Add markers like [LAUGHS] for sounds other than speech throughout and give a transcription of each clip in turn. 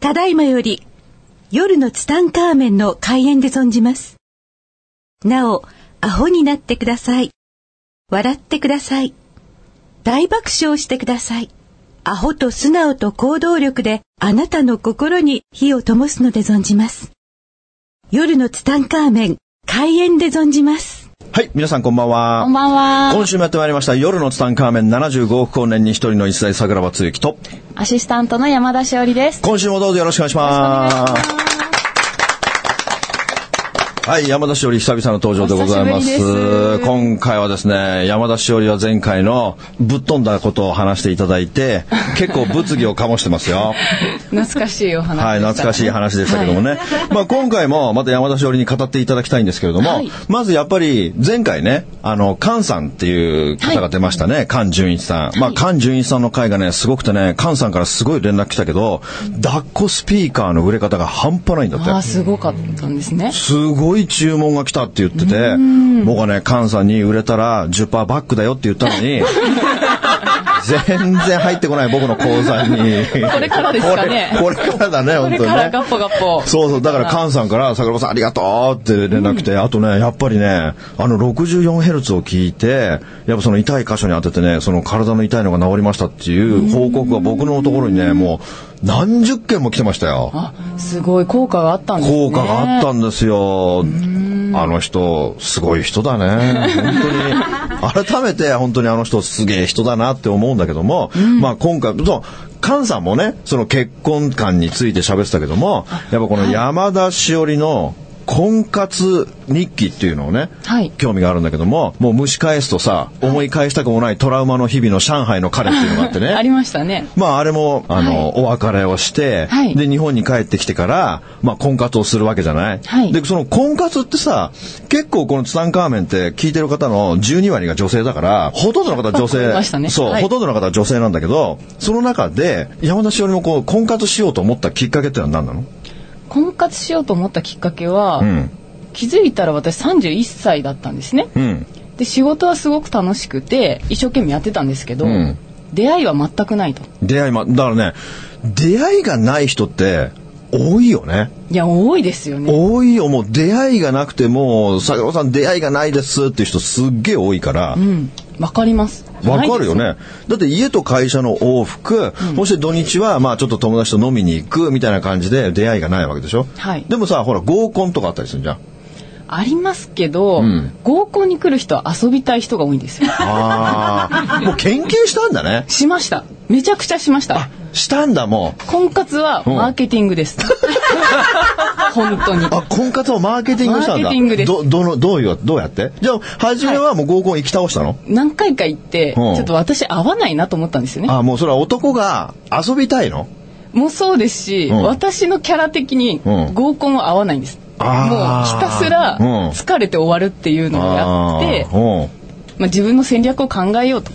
ただいまより夜のツタンカーメンの開演で存じます。なお、アホになってください。笑ってください。大爆笑してください。アホと素直と行動力であなたの心に火を灯すので存じます。夜のツタンカーメン開演で存じます。はい、皆さんこんばんは。こんばんは。今週もやってまいりました、夜のツタンカーメン75億光年に一人の一代桜庭つゆきと、アシスタントの山田しおりです。今週もどうぞよろしくお願いします。はい、山田しおり久々の登場でございます。今回はですね、山田しおりは前回のぶっ飛んだことを話していただいて、結構物議を醸してますよ。懐かしいお話、ね、はい、懐かしい話でしたけどもね。はい、まあ今回もまた山田しおりに語っていただきたいんですけれども、はい、まずやっぱり前回ね、あの、菅さんっていう方が出ましたね、はい、菅純一さん。まあ菅純一さんの回がね、すごくてね、菅さんからすごい連絡来たけど、抱っこスピーカーの売れ方が半端ないんだって。あ、すごかったんですね。すごいごい注文が来たって言ってて、僕はね、菅さんに売れたら10%バックだよって言ったの [LAUGHS] に、全然入ってこない僕の口座に。これからですかね。これからだね、本当に、ね。これからガッポガッポ。そうそう、だから菅さんから桜庭さんありがとうって連絡来て、うん、あとね、やっぱりね、あの 64Hz を聞いて、やっぱその痛い箇所に当ててね、その体の痛いのが治りましたっていう報告が僕のところにね、もう、何十件も来てましたよ。あ、すごい効果があったんですね。効果があったんですよ。あの人、すごい人だね。本当に。改めて、本当にあの人、すげえ人だなって思うんだけども、うん、まあ今回、そう、菅さんもね、その結婚観について喋ってたけども、やっぱこの山田しおりの、婚活日記っていうのをね、はい、興味があるんだけどももう蒸し返すとさ思い返したくもないトラウマの日々の上海の彼っていうのがあってね [LAUGHS] ありましたねまああれもあの、はい、お別れをして、はい、で日本に帰ってきてから、まあ、婚活をするわけじゃない、でその婚活ってさ結構このツタンカーメンって聞いてる方の12割が女性だからほとんどの方女性、ね、そう、ほとんどの方女性なんだけどその中で山田しおりもこう婚活しようと思ったきっかけってのは何なの婚活しようと思ったきっかけは、うん、気づいたら私31歳だったんですね、うん、で仕事はすごく楽しくて一生懸命やってたんですけど、うん、出会いは全くないと出会いまだからね出会いがない人って多いよねいや多いですよね多いよもう出会いがなくてもう桜庭さん出会いがないですっていう人すっげえ多いから、わかります。わかるよね。だって家と会社の往復、うん、そして土日はまあちょっと友達と飲みに行くみたいな感じで出会いがないわけでしょ。はい、でもさ、ほら合コンとかあったりするじゃ [LAUGHS] ん。ありますけど、うん、合コンに来る人は遊びたい人が多いんですよ。ああ、もう研究したんだね。しました。めちゃくちゃしました。したんだもう。婚活はマーケティングです。 [LAUGHS] うん、本当に。あ、婚活をマーケティングしたんだ。マーケティングです。ど、どの、どういう、どうやってじゃあ、初めはもう合コン行き倒したの、はい、何回か行って、うん、ちょっと私合わないなと思ったんですよね。あ、もうそれは男が遊びたいのもそうですし、うん、私のキャラ的に合コンは合わないんです。もうひたすら疲れて終わるっていうのをやって、まあ、自分の戦略を考えようと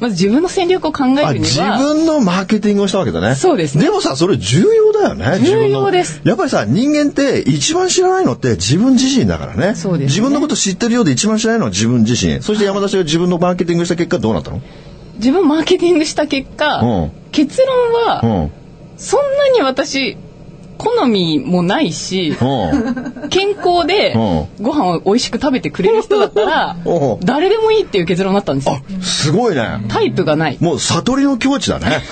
まず自分の戦略を考えるには自分のマーケティングをしたわけだねそうですねでもさそれ重要だよね重要ですやっぱりさ人間って一番知らないのって自分自身だからねそうです、ね、自分のこと知ってるようで一番知らないのは自分自 [LAUGHS] 身そして山田氏が自分のマーケティングした結果どうなったの自分マーケティングした結果結論はそんなに私好みもないし、健康でご飯を美味しく食べてくれる人だった [LAUGHS] ら、誰でもいいっていう結論になったんですよ。すごいね。タイプがない。もう悟りの境地だね。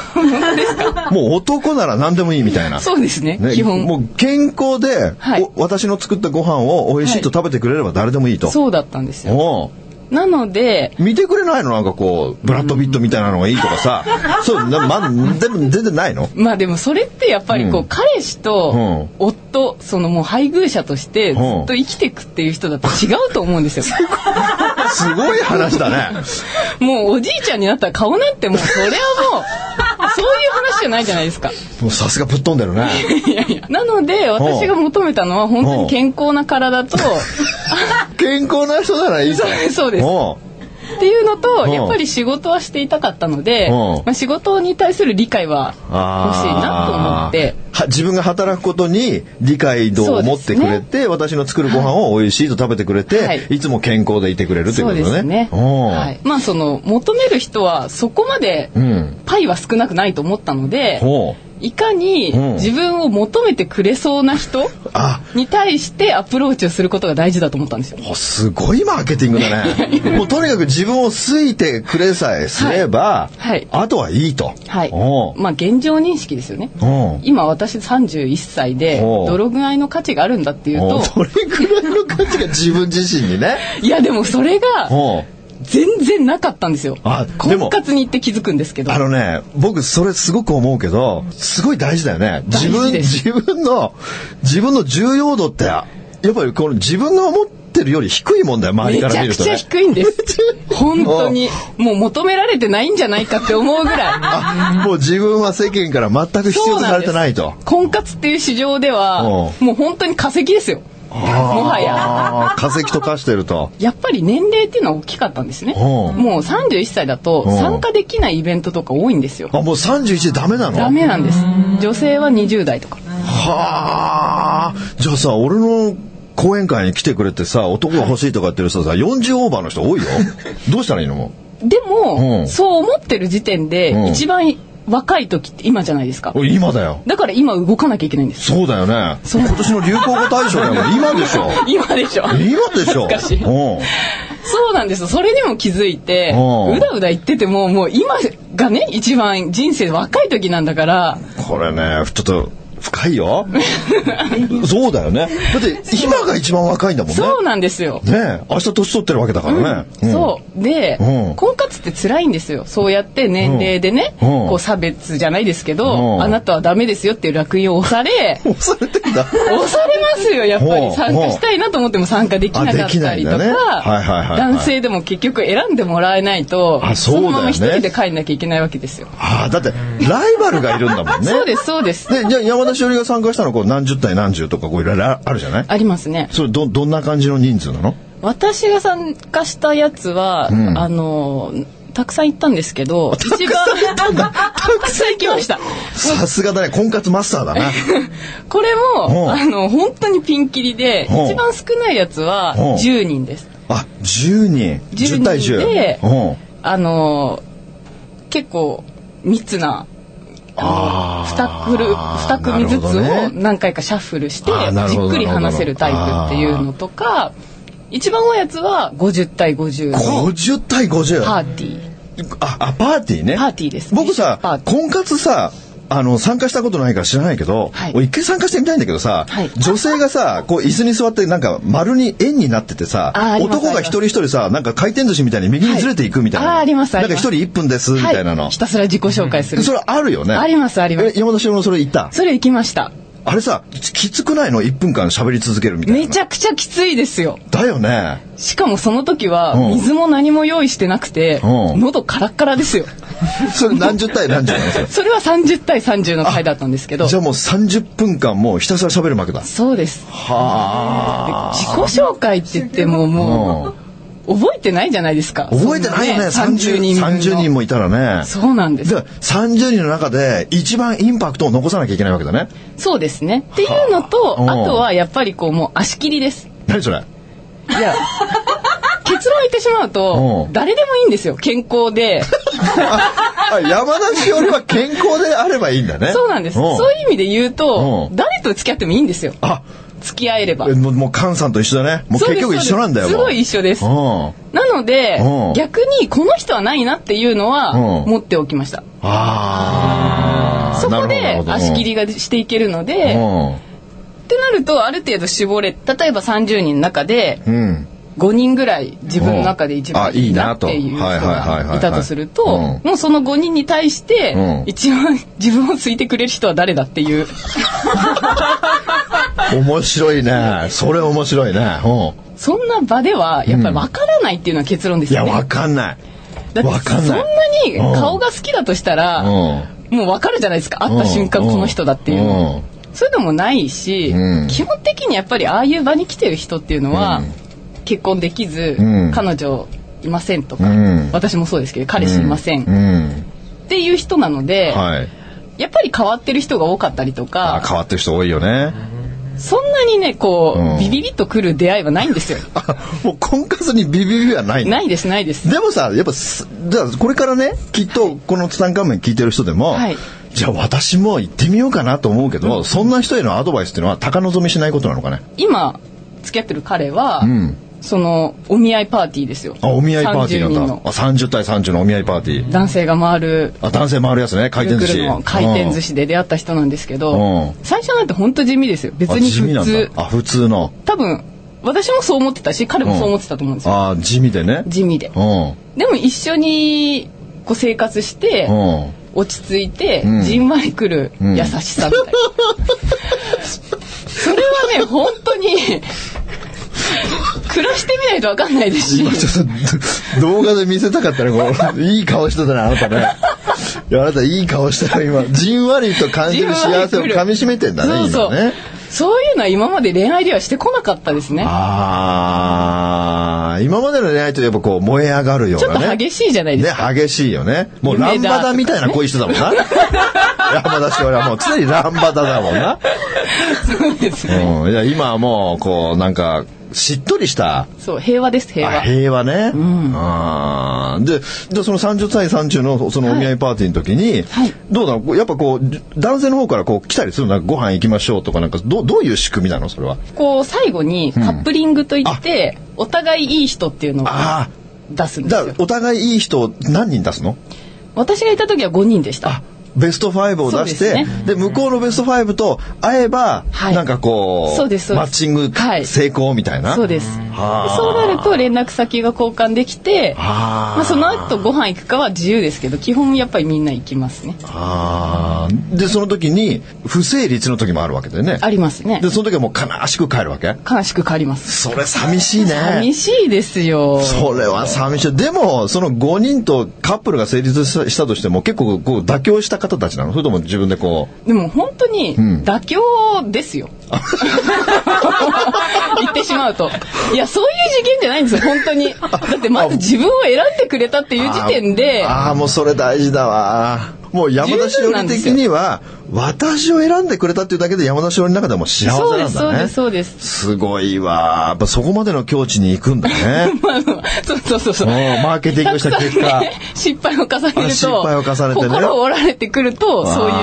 もう男なら何でもいいみたいな。そうですね。ね基本。もう健康で、はい、私の作ったご飯を美味しいと食べてくれれば誰でもいいと。はい、そうだったんですよ。なので見てくれないのなんかこうブラッド・ピットみたいなのがいいとかさ、うん、そうまあでも全然ないのまあでもそれってやっぱりこう、うん、彼氏と夫そのもう配偶者としてずっと生きていくっていう人だと違うと思うんです [LAUGHS] よ。すごい話だね。もうおじいちゃんになったら顔なんてもうそれはもうそういう話じゃないじゃないです [LAUGHS] か。もうさすがぶっ飛んでるね。いやいや。なので私が求めたのは本当に健康な体と健康な人ならいいそうですそうです。っていうのとやっぱり仕事はしていたかったので、まあ、仕事に対する理解は欲しいなと思って自分が働くことに理解度を持ってくれて、ね、私の作るご飯を美味しいと食べてくれて、はい、いつも健康でいてくれるということね。そうですね、はい、まあその求める人はそこまでパイは少なくないと思ったので。いかに自分を求めてくれそうな [LAUGHS] 人に対してアプローチをすることが大事だと思ったんですよ。すごいマーケティングだ [LAUGHS] ね。もうとにかく自分を好いてくれさえすれば、はい、あとはいいと。はい。まあ現状認識ですよね。今私31歳でどのぐらいの価値があるんだっていうと、どれぐらいの価値が自分自身 [LAUGHS] にね。いやでもそれが。全然なかったんですよ。あ、婚活に行って気づくんですけど。あのね、僕それすごく思うけど、すごい大事だよね。自分、自分の、自分の重要度って、やっぱりこの自分が思ってるより低いもんだよ、周りから見ると、ね、めちゃくちゃ低いんです。 [LAUGHS] 本当に、もう求められてないんじゃないかって思うぐ [LAUGHS] らい。もう自分は世間から全く必要とされてないと。婚活っていう市場では、もう本当に化石ですよ。もはや。化石と化してると。やっぱり年齢っていうのは大きかったんですね。もう31歳だと参加できないイベントとか多いんですよ。あ、もう31でダメなのダメなんです。女性は20代とか。はあ。じゃあさ、俺の講演会に来てくれてさ、男が欲しいとか言ってる人さ、40オーバーの人多いよ。どうしたらいいのもでも、そう思ってる時点で一番若い時って今じゃないですか。今だよ。だから今動かなきゃいけないんです。そうだよね。今年の流行語大賞だよ。今でしょ。今でしょ。今でしょ。しそうなんです。それにも気づいて、うだうだ言ってても、もう今がね、一番人生若い時なんだから。これね、ちょっと。深いよ。そうだよね。だって今が一番若いんだもんね。そうなんですよ。ね明日年取ってるわけだからね。そう。で、婚活って辛いんですよ。そうやって年齢でね、こう差別じゃないですけど、あなたはダメですよっていう烙印を押され。押されてんだ。押されますよ、やっぱり。参加したいなと思っても参加できなかったりとか、男性でも結局選んでもらえないと、そのまま一人で帰んなきゃいけないわけですよ。あだってライバルがいるんだもんね。そうです、そうです。で、じゃ山田しおりが参加したのこう何十対何十とかこういろいろあるじゃないありますね。それどどんな感じの人数なの私が参加したやつは、うん、あのたくさん行ったんですけど、たくさん行ったんだ。たくさん行きました。さすがだね、婚活マスターだね。これも、あの、本当にピンキリで、一番少ないやつは10人です。あ、10人。 10, 10対10。で、あの、結構密な2グル2組ずつを何回かシャッフルしてじっくり話せるタイプっていうのとか一番多いやつは50対50の50対 50? パーティー。ああパーティーねパーティーです僕さ婚活さあの参加したことないから知らないけど、はい、俺一回参加してみたいんだけどさ、はい、女性がさこう椅子に座ってなんか丸に円になっててさ男が一人一人さなんか回転寿司みたいに右にずれていくみたいな、はい、あありますなんか一人1分ですみたいなの、ひたすら自己紹介するそれあるよねありますあります山田志郎それ行ったそれ行きましたあれさきつくないの1分間喋り続けるみたいなめちゃくちゃきついですよだよねしかもその時は水も何も用意してなくて、うん、喉カラッカラですよそれ何十対何十なんですかそれは30対30の回だったんですけ [LAUGHS] どじゃあもう30分間もうひたすら喋るわけだそうですはあ自己紹介って言ってももう、うん、覚えてないじゃないですか覚えてないよねね 30, 人30人もいたらねそうなんです30人の中で一番インパクトを残さなきゃいけないわけだねそうですねっていうのと、はあ、あとはやっぱりこうもう足切りです何それいや結論言ってしまうと、誰でもいいんですよ、健 [LAUGHS] 康で。山田しおりは健康であればいいんだね。そうなんです。そういう意味で言うと、誰と付き合ってもいいんですよ。付き合えれば。もう、もう、菅さんと一緒だね。もう結局一緒なんだよ。すごい一緒です。なので、逆にこの人はないなっていうのは、持っておきました。そこで足切りがしていけるので、ってなると、ある程度絞れ、例えば30人の中で、5人ぐらい自分の中で一番いいなっていう人がいたとするともうその5人に対して一番自分を好いてくれる人は誰だっていう面白いねそれ面白いね、うん、そんな場ではやっぱり分からないっていうのは結論ですよね、いや分かんないだってそんなに顔が好きだとしたら、もう分かるじゃないですか会った瞬間この人だっていう、そういうのもないし、基本的にやっぱりああいう場に来てる人っていうのは、結婚できず、うん、彼女いませんとか、うん、私もそうですけど彼氏いません、うん、っていう人なので、はい、やっぱり変わってる人が多かったりとか変わってる人多いよね [LAUGHS] そんなにねこう、ビビビとくる出会いはないん [LAUGHS] ですよもう婚活にビビビはないないですないですでもさやっぱこれからねきっとこのツタンカーメン聞いてる人でも、はいじゃあ私も行ってみようかなと思うけど、うん、そんな人へのアドバイスっていうのは高望みしないことなのかね今付き合ってる彼は、うん、そのお見合いパーティーですよあお見合いパーティーなんだあ30対30のお見合いパーティー男性が回るあ男性回るやつね回転寿司回転寿司で出会った人なんですけど、うん、最初なんて本当地味ですよ別に普通あ普通の多分私もそう思ってたし彼もそう思ってたと思うんですよ、ああ地味でね地味で、でも一緒にこう生活して、落ち着いて、うん、じんわりくる優しさみたいな、 [LAUGHS] うん、それはね本当に暮らしてみないと分かんないですし動画で見せたかったねこういい顔してたねあなたねいやあなたいい顔したら今じんわりと感じる幸せをかみしめてんだねそうねそういうのは今まで恋愛ではしてこなかったですね。ああ、今までの恋愛とやっぱこう燃え上がるようなね。ちょっと激しいじゃないですか。ね、激しいよね。もうランバダみたいな恋してたもんな。 [LAUGHS] ね、ランバダして俺はもう常にランバダだもんな。そうですね。うん、いや今はもうこうなんか、しっとりした。そう、平和です、平和。平和ね。うん。あで、で、その30対30のそのお見合いパーティーの時に、はい、どうだろうやっぱこう、男性の方からこう来たりするのなんかご飯行きましょうとか、なんかど、どういう仕組みなのそれは。こう、最後にカップリングといって、うん、お互いいい人っていうのを出すんですよ。お互いいい人何人出すの私がいた時は5人でした。、ベスト5を出して、で、ね、向こうのベスト5と会えば、はい、なんかこうマッチング成功みたいな、はいそうですそうなると連絡先が交換できてまあ、その後ご飯行くかは自由ですけど基本やっぱりみんな行きますねあでその時に不成立の時もあるわけだよねありますねでその時はもう悲しく帰るわけ悲しく帰りますそれ寂しいね寂しいですよそれは寂しいでもその5人とカップルが成立したとしても結構こう妥協した方たちなのそれとも自分でこうでも本当に妥協です [LAUGHS] よ、うん、言ってしまうといやそういう事件じゃないんですよ本当にだってまず自分を選んでくれたっていう時点でああもうそれ大事だわもう山田しおり的には私を選んでくれたっていうだけで山田しおりの中でも幸せなんだねそうですそうですすごいわやっぱそこまでの境地に行くんだ [LAUGHS] ね、まあ、そうそうそうそうマーケティングした結果、ね、失敗を重ねると失敗を重ねて、ね、心を折られてくるとそういう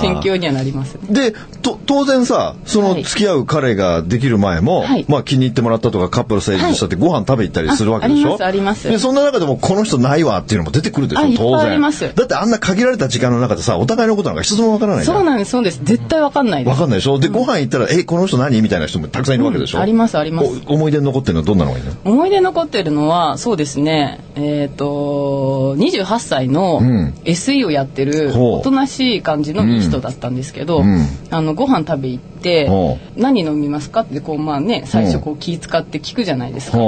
心境にはなります、ね、、でと当然さその付き合う彼ができる前も、はい、まあ気に入ってもらったとかカップル成立したってご飯食べ行ったりするわけでしょ、はいありますありますそんな中でもこの人ないわっていうのも出てくるでしょ当然だってあんな限られた時間の中でさお互いのことなんか一つもわからないそうなんですそうです絶対わかんない、わかんないでしょで、うん、ご飯行ったら「えこの人何?」みたいな人もたくさんいるわけでしょ、うんありますあります思い出に残ってるのはどんなのがいいの思い出残ってるのはそうですねえっ、ー、と28歳の SE をやってるおとなしい感じのいい人だったんですけど、うん、あのご飯食べ行って「何飲みますか?」ってこうまあね最初こう気使って聞くじゃないですか、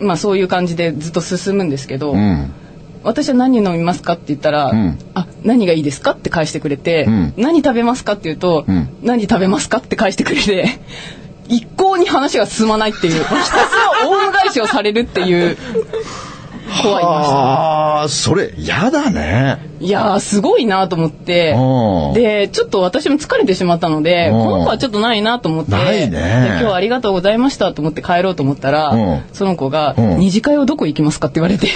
まあそういう感じでずっと進むんですけど、私は何飲みますかって言ったら、うん、あ何がいいですかって返してくれて、うん、何食べますかって言うと、うん、何食べますかって返してくれて [LAUGHS] 一向に話が進まないっていう [LAUGHS] ひたすらオウム返しをされるっていう。怖いましたああそれ嫌だねいやすごいなと思ってでちょっと私も疲れてしまったのでこの子はちょっとないなと思ってないね今日ありがとうございましたと思って帰ろうと思ったらその子が「二次会をどこ行きますか?」って言わ [LAUGHS] れて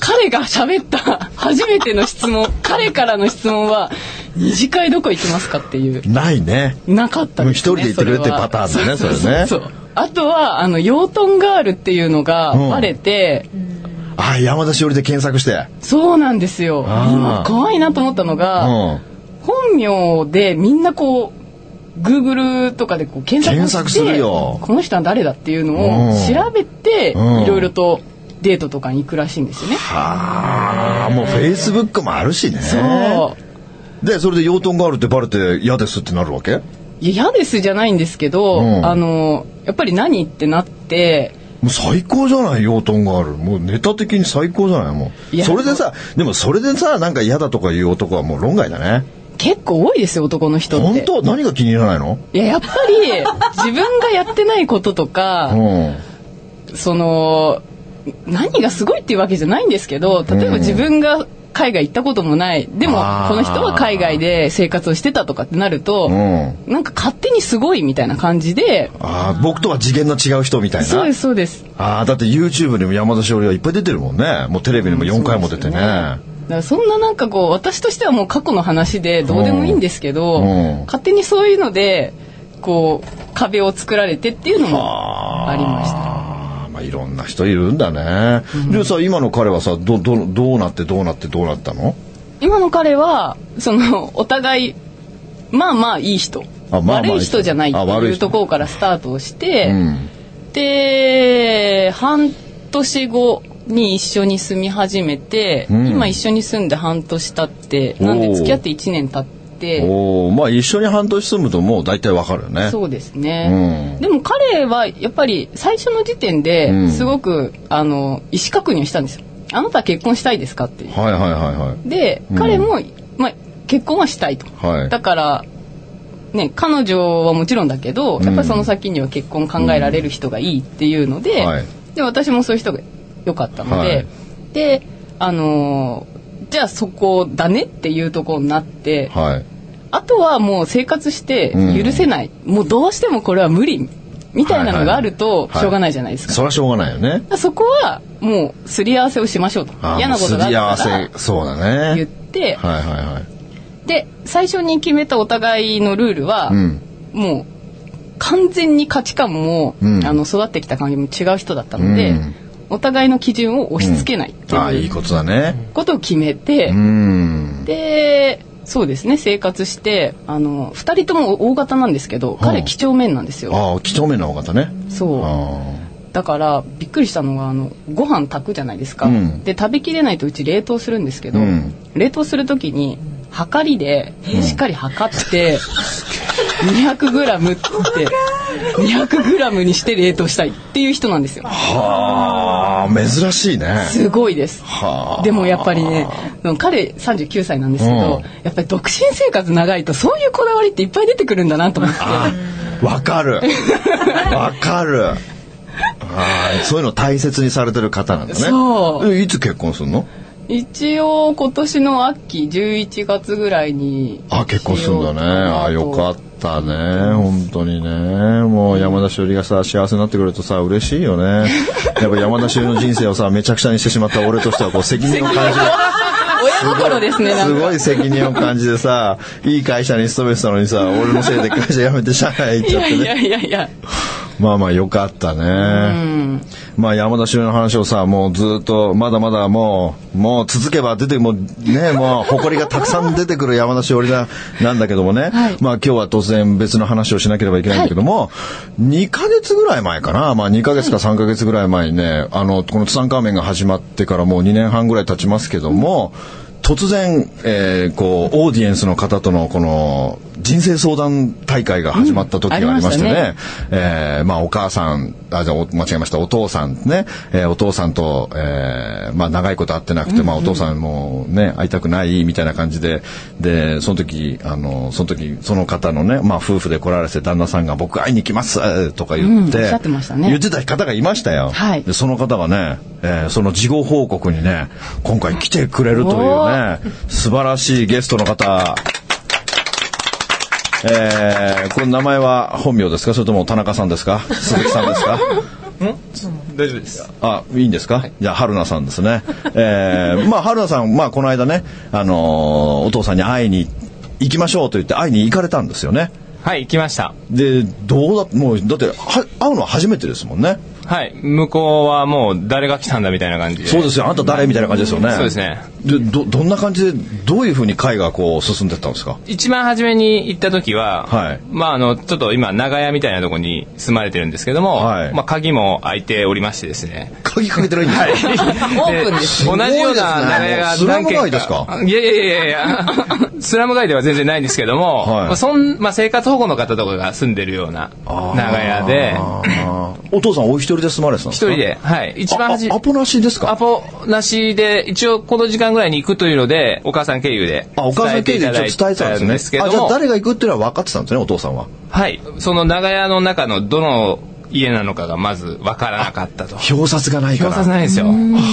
彼が喋った初めての質問彼からの質問は「二次会どこ行きますか?」っていうないねなかったです、ね、一人で行ってくれってパターンだねそれねそうあとはあの養豚ガールっていうのがバレて、あ山田しおりで検索してそうなんですよ今怖いなと思ったのが、うん、本名でみんなこうグーグルとかでこう検索検索してするよこの人は誰だっていうのを調べて、うん、いろいろとデートとかに行くらしいんですよねはあもうフェイスブックもあるしねそうでそれで養豚ガールってバレて嫌ですってなるわけいや嫌ですじゃないんですけど、うん、あのやっぱり何ってなってもう最高じゃない養豚があるもうネタ的に最高じゃないもうそれでさでもそれでさなんか嫌だとかいう男はもう論外だね結構多いですよ男の人って本当何が気に入らないのいややっぱり自分がやってないこととか、うん、その何がすごいっていうわけじゃないんですけど例えば自分が、海外行ったこともないでもこの人は海外で生活をしてたとかってなると、うん、なんか勝手にすごいみたいな感じであ僕とは次元の違う人みたいなそうですそうですあだって YouTube にも山田しおりはいっぱい出てるもんねもうテレビにも4回も出てね、うんだからそんななんかこう私としてはもう過去の話でどうでもいいんですけど、勝手にそういうのでこう壁を作られてっていうのもありました。まあ、いろんな人いるんだね、うん、でさ今の彼はさどどどうなってどうなってどうなったの今の彼はその [LAUGHS] お互いまあまあいい人あ、まあ、悪い人じゃないっていうところからスタートをして、うん、で半年後に一緒に住み始めて、うん、今一緒に住んで半年経ってなんで付き合って1年経って。おまあ一緒に半年住むともう大体わかるよねそうですね、うん、でも彼はやっぱり最初の時点ですごく、うん、あの意思確認をしたんですよあなたは結婚したいですかってはいはいはいはいで、うん、彼も、まあ、結婚はしたいと、はい、だからね、彼女はもちろんだけどやっぱりその先には結婚考えられる人がいいっていうので,はい、で私もそういう人が良かったので、はい、であのじゃあそこだねっていうところになって、はい、あとはもう生活して許せない、うん、もうどうしてもこれは無理みたいなのがあるとしょうがないじゃないですか、はいはいはい、それはしょうがないよねそこはもうすり合わせをしましょうと嫌なことがあったらそうだね言って、はいはいはい、で最初に決めたお互いのルールは、うん、もう完全に価値観も、うん、あの育ってきた環境も違う人だったので、お互いの基準を押し付けないっていう、いいことだねことを決めて、うん、でそうですね生活してあの2人とも大型なんですけど彼几帳面なんですよああ几帳面な大型ねそうだからびっくりしたのがあのご飯炊くじゃないですか、うん、で食べきれないとうち冷凍するんですけど、うん、冷凍する時にはかりでしっかり測って、200g って200 g にして冷凍したいっていう人なんですよ。はあ珍しいね。すごいです。でもやっぱりね彼39歳なんですけど、うん、やっぱり独身生活長いとそういうこだわりっていっぱい出てくるんだなと思って。わかる。わかる。あそういうの大切にされてる方なんだね。。そういつ結婚するの？一応今年の秋11月ぐらいにあ結婚するんだねあよかったね本当にねもう山田修理がさ幸せになってくれるとさ嬉しいよ [LAUGHS] ねやっぱ山田修理の人生をさめちゃくちゃにしてしまった俺としてはこう責任を [LAUGHS] 感じる親心ですねすごい責任を感じてさいい会社に勤めてたのにさ俺のせいで会社辞めて社内行っちゃってねいやいやいやまあまあよかったね、うん、まあ山田修の話をさもうずっとまだまだもうもう続けば出ても [LAUGHS] ねもう誇りがたくさん出てくる山田修織ななんだけどもね、はい、まあ今日は突然別の話をしなければいけないんだけども、はい、2か月ぐらい前かなまあ2か月か3か月ぐらい前にねあのこの「ツタンカーメン」が始まってからもう2年半ぐらい経ちますけども、突然、えー、こうオーディエンスの方とのこの人生相談大会が始まった時がありましてね,うん、ねえー、まあ、お母さんあじゃ間違えましたお父さんね、えー、お父さんと、えーまあ、長いこと会ってなくて、うんうん、まあ、お父さんも、ね、会いたくないみたいな感じででその時あのその時その方のね、まあ、夫婦で来られて旦那さんが「僕会いに来ます」とか言って、うんってね、言ってた方がいましたよ。はい、でその方がね、えー、その事後報告にね今回来てくれるというねね素晴らしいゲストの方えー、この名前は本名ですかそれとも田中さんですか鈴木さんです [LAUGHS] か大丈夫ですあいいんですか、はい、じゃあ春菜さんですねえー、まあ春菜さん、まあ、この間ね、あのー、お父さんに会いに行きましょうと言って会いに行かれたんですよねはい行きましたでどうだもうだっては会うのは初めてですもんねはい、向こうはもう誰が来たんだみたいな感じで。そうですよ、あんた誰みたいな感じですよね。そうですね。で、ど、どんな感じで、どういうふうに会がこう進んでったんですか。一番初めに行った時は、はい、まあ、あの、ちょっと今長屋みたいなとこに住まれてるんですけども。はい、まあ、鍵も開いておりましてですね。鍵かけてないんですか。はい、 [LAUGHS] オープンです。同じような長屋が何軒か。いやいやいやい [LAUGHS] や、スラム街では全然ないんですけども、はい、まあ、そん、まあ、生活保護の方とかが住んでるような長屋で。お父さんお一人で住まれてたんですか一人ではい一番アポなしですかアポなしで一応この時間ぐらいに行くというのでお母さん経由であお母さん経由で一応伝えてたんですねあじゃあ誰が行くっていうのは分かってたんですねお父さんははいその長屋の中のどの家なのかがまず分からなかった [LAUGHS] と表札がないから表札ないんですよ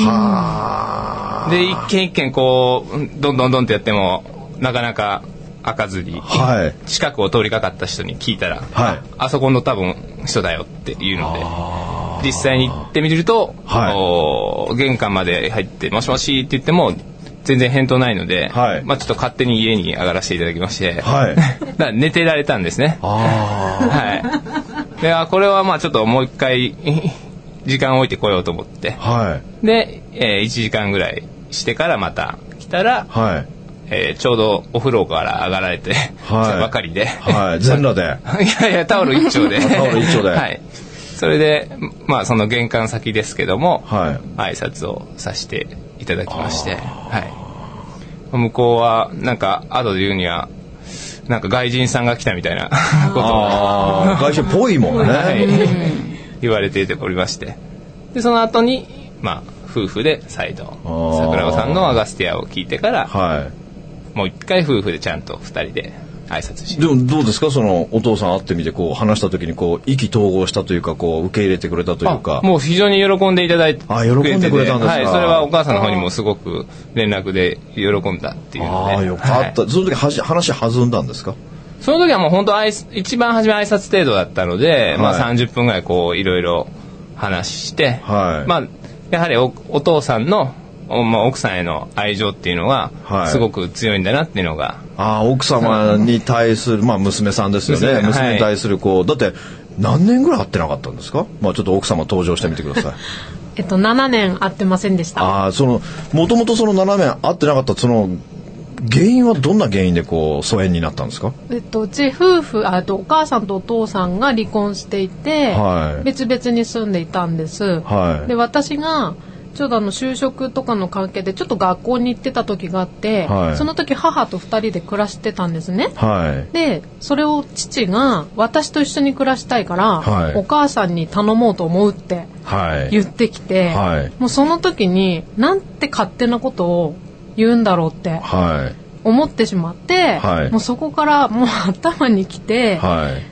はあで一軒一軒こうどんどんどんってやってもなかなか開かずに、はい、近くを通りかかった人に聞いたら、はい、あそこの多分人だよっていうので実際に行ってみると、、はい玄関まで入って「もしもし」って言っても全然返答ないので、はい、まあちょっと勝手に家に上がらせていただきまして、はい、 [LAUGHS] だ寝てられたんですね。はい、でこれはまあちょっともう一回時間を置いてこようと思って、はい、で、えー、1時間ぐらいしてからまた来たら、はいえー、ちょうどお風呂から上がられて、はい、 [LAUGHS] 来たばかりで、はい、全裸で [LAUGHS] いやいやタオル一 [LAUGHS] 丁でタオル一丁で、はい、それでまあその玄関先ですけども、はい、挨拶をさせていただきまして、はい、向こうはなんか後で言うにはなんか外人さんが来たみたいな [LAUGHS] ことを外人っぽいもんね、はい、言われておりましてでその後にまあ夫婦で再度桜子さんのアガスティアを聞いてから、はい、もう一回夫婦でちゃんと2人で挨拶してでもどうですかそのお父さん会ってみてこう話した時にこう意気投合したというかこう受け入れてくれたというかもう非常に喜んでいただいて、あ喜んでくれたんですか、はいそれはお母さんの方にもすごく連絡で喜んだっていうのでああよかった、はい、その時は話弾んだんですかその時はもう本当あい一番初め挨拶程度だったので、はい、まあ30分ぐらいこういろいろ話して、はい、まあやはりお父さんの、まあ、奥さんへの愛情っていうのがすごく強いんだなっていうのが、あ奥様に対する、まあ、娘さんですよね、はい、娘に対するこうだって何年ぐらい会ってなかったんですか、まあ、ちょっと奥様登場してみてくだ [LAUGHS] さい。えっと、7年会ってませんでしたあそのもともとその7年会ってなかったその原因はどんな原因でこう疎遠になったんですか、えっと、うち夫婦あとお母さんとお父さんが離婚していて、はい、別々に住んでいたんです、はい、で私がちょうどあの就職とかの関係でちょっと学校に行ってた時があって、はい、その時母と2人で暮らしてたんですね、はい、でそれを父が私と一緒に暮らしたいから、はい、お母さんに頼もうと思うって言ってきて、もうその時になんて勝手なことを言うんだろうって、思ってしまって、はい、もうそこからもう頭にきて、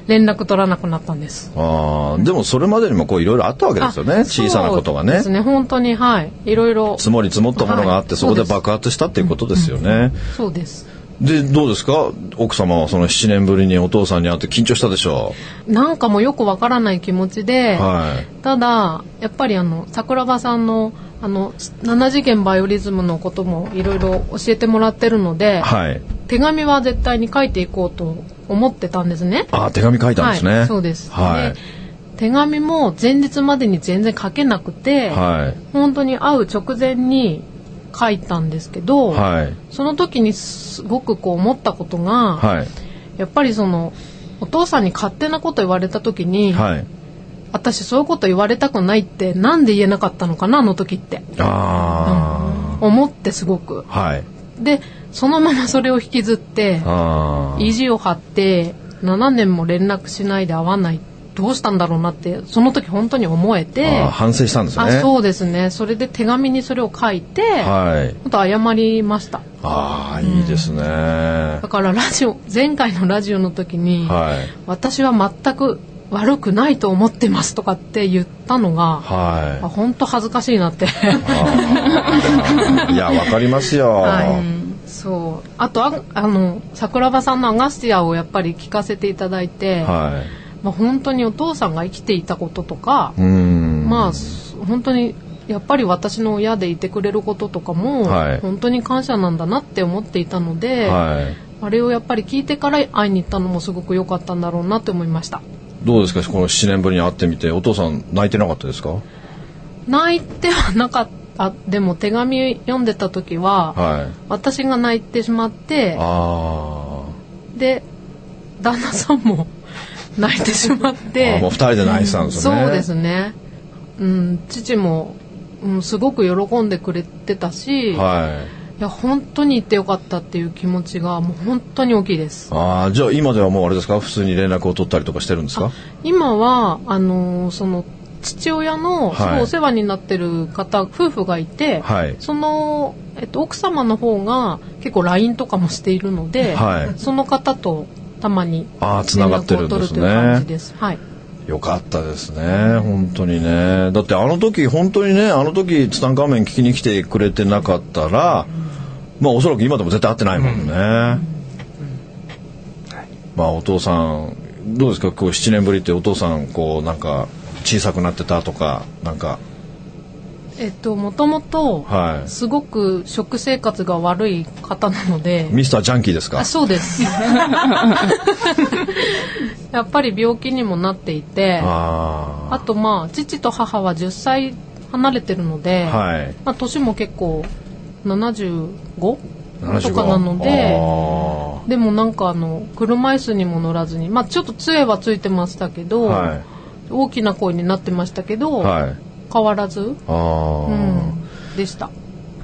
連絡取らなくなったんです。はい、あでもそれまでにもこういろいろあったわけですよね。小さなことがね。ですね。本当にはい。いろいろ積もり積もったものがあって、はい、そこで爆発したっていうことですよね。うんうん、そうです。でどうですか奥様はその7年ぶりにお父さんに会って緊張したでしょうなんかもよくわからない気持ちで、はい、ただやっぱりあの桜庭さんのあの7次元バイオリズムのこともいろいろ教えてもらってるので、はい、手紙は絶対に書いていこうと思ってたんですねあ手紙書いたんですね、はい、そうです、はい、で手紙も前日までに全然書けなくて、はい、本当に会う直前に書いたんですけど、はい、その時にすごくこう思ったことが、はい、やっぱりそのお父さんに勝手なこと言われた時に、はい、私そういうこと言われたくないって何で言えなかったのかなあの時って、うん、思ってすごく。でそのままそれを引きずって意地を張って7年も連絡しないで会わないどうしたんだろうなってその時本当に思えて反省したんですねあそうですねそれで手紙にそれを書いて、はい、と謝りましたああ、うん、いいですねだからラジオ前回のラジオの時に、はい、私は全く悪くないと思ってますとかって言ったのが、はい、本当恥ずかしいなって [LAUGHS] いやわかりますよ、はいそうあとああの桜庭さんの「アガスティア」をやっぱり聞かせていただいて、はい、まあ、本当にお父さんが生きていたこととかまあ本当にやっぱり私の親でいてくれることとかも、はい、本当に感謝なんだなって思っていたので、はい、あれをやっぱり聞いてから会いに行ったのもすごく良かったんだろうなって思いましたどうですかこの7年ぶりに会ってみてお父さん泣いてなかったですか泣いてはなかったでも手紙読んでた時は、はい、私が泣いてしまってで旦那さんも [LAUGHS] 泣いてしまってもう2人で泣いてたんですよね、そうですね、うん、父も、うん、すごく喜んでくれてたし、はい、いや本当に行ってよかったっていう気持ちがもう本当に大きいですああじゃあ今ではもうあれですか普通に連絡を取ったりとかしてるんですか今はあのー、その父親のすごいお世話になってる方、はい、夫婦がいて、はい、その、えっと、奥様の方が結構 LINE とかもしているので、はい、その方とたまにあつながってるんですね。はい。よかったですね本当にねだってあの時本当にねあの時ツタンカーメン聞きに来てくれてなかったら、うん、まあおそらく今でも絶対会ってないもんね、うんうんはい、まあお父さんどうですかこう7年ぶりってお父さんこうなんか小さくなってたとかなんかえっと、もともと、すごく食生活が悪い方なので。ミスタージャンキーですかそうです。 [LAUGHS] やっぱり病気にもなっていて、ああとまあ、父と母は10歳離れてるので、はい、まあ、年も結構 75? 75? とかなのででもなんかあの車椅子にも乗らずに、まあ、ちょっと杖はついてましたけど、はい、大きな声になってましたけど、はい、変わらず、うん、でした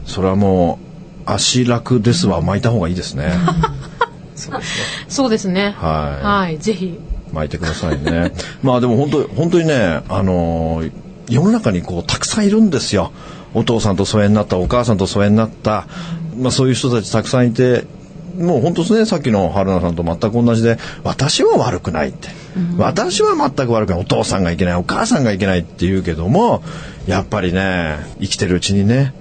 それはもう「足楽です」は巻いた方がいいですねそうですね、ね、はい、はい、ぜひ巻いてくださいね [LAUGHS] まあでも本当本当にねあのー世の中にこうたくさんいるんですよお父さんと疎遠になったお母さんと疎遠になった、まあ、そういう人たちたくさんいてもう本当ですねさっきの春菜さんと全く同じで私は悪くないって、うん、私は全く悪くないお父さんがいけないお母さんがいけないって言うけどもやっぱりね生きてるうちにね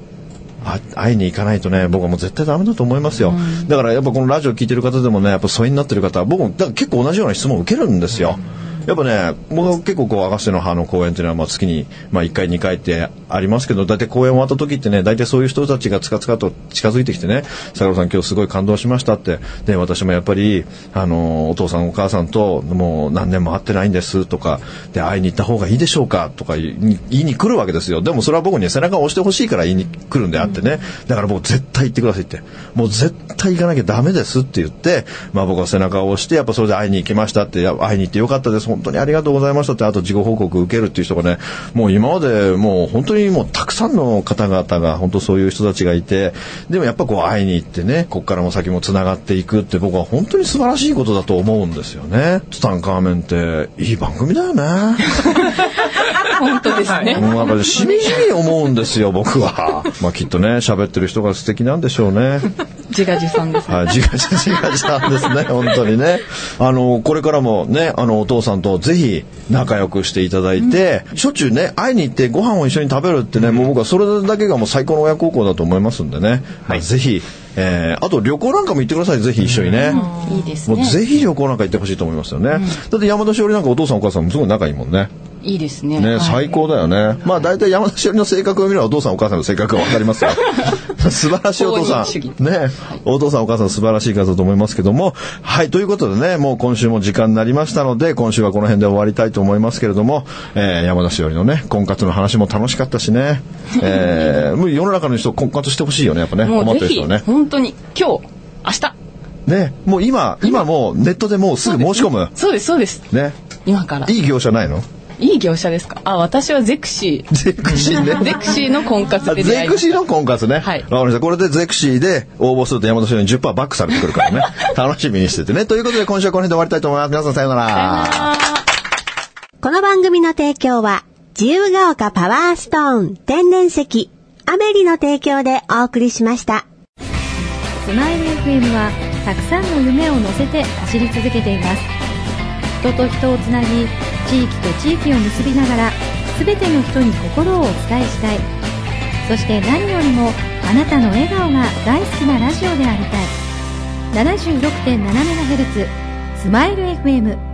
会いに行かないとね僕はもう絶対ダメだと思いますよ、うん、だからやっぱこのラジオ聞いてる方でもねやっぱ疎遠になってる方は僕もだから結構同じような質問を受けるんですよ、うんやっぱね、僕は結構こう、赤瀬の葉の公演っていうのは、まあ、月に、まあ、1回、2回ってありますけど、大体公演終わった時ってね、大体そういう人たちがつかつかと近づいてきてね、坂本さん今日すごい感動しましたって、で、私もやっぱり、あの、お父さんお母さんともう何年も会ってないんですとか、で、会いに行った方がいいでしょうかとか言いに来るわけですよ。でもそれは僕に背中を押してほしいから言いに来るんであってね、だから僕絶対行ってくださいって、もう絶対行かなきゃダメですって言って、まあ僕は背中を押して、やっぱそれで会いに行きましたって、会いに行ってよかったです。本当にありがとうございましたって、あと事後報告受けるっていう人がね、もう今までもう本当にもうたくさんの方々が、本当そういう人たちがいて、でもやっぱこう会いに行ってね、こっからも先もつながっていくって僕は本当に素晴らしいことだと思うんですよね。ツタンカーメンっていい番組だよね。本当ですね。もうなんかしみじみ思うんですよ、僕は。まあきっとね、喋ってる人が素敵なんでしょうね。自画自賛です、ね、はい、自画自賛ですね、本当にね。あの、これからもね、あの、お父さんとぜひ仲良くしていただいて、うん、しょっちゅうね、会いに行ってご飯を一緒に食べるってね、うん、もう僕はそれだけがもう最高の親孝行だと思いますんでね。はい、ぜひ、えー、あと旅行なんかも行ってください、ぜひ一緒にね。いいですね。もうぜひ旅行なんか行ってほしいと思いますよね。うん、だって山田しおりなんかお父さんお母さんもすごい仲いいもんね。いいですね。ね、最高だよね。はい、まあ大体山田しおりの性格を見ればお父さんお母さんの性格がわかり [LAUGHS] ますよ。素晴らしいお父さん。ね、はい、お父さんお母さん素晴らしい方だと思いますけども。はい、ということでね、もう今週も時間になりましたので、今週はこの辺で終わりたいと思いますけれども、えー、山田しおりのね、婚活の話も楽しかったしね。えー、[LAUGHS] もう世の中の人婚活してほしいよね、やっぱね。もうぜひ、ね、本当に今日、明日。ね、もう今、今もうネットでもうすぐ申し込む。そうです、そうです。ね。今から。いい業者ない [LAUGHS] のいい業者ですかあ、私はゼクシー。ゼクシーね。ゼクシーの婚活でゼクシーの婚活ね。はい。わかりました。これでゼクシーで応募すると山田翔に10%バックされてくる [LAUGHS] からね。楽しみにしててね。ということで今週はこの辺で終わりたいと思います。皆さんさようなら。この番組の提供は、自由が丘パワーストーン天然石、アメリの提供でお送りしました。スマイル FM は、たくさんの夢を乗せて走り続けています。人と人をつなぎ、地域と地域を結びながら全ての人に心をお伝えしたいそして何よりもあなたの笑顔が大好きなラジオでありたい 76.7MHz スマイル FM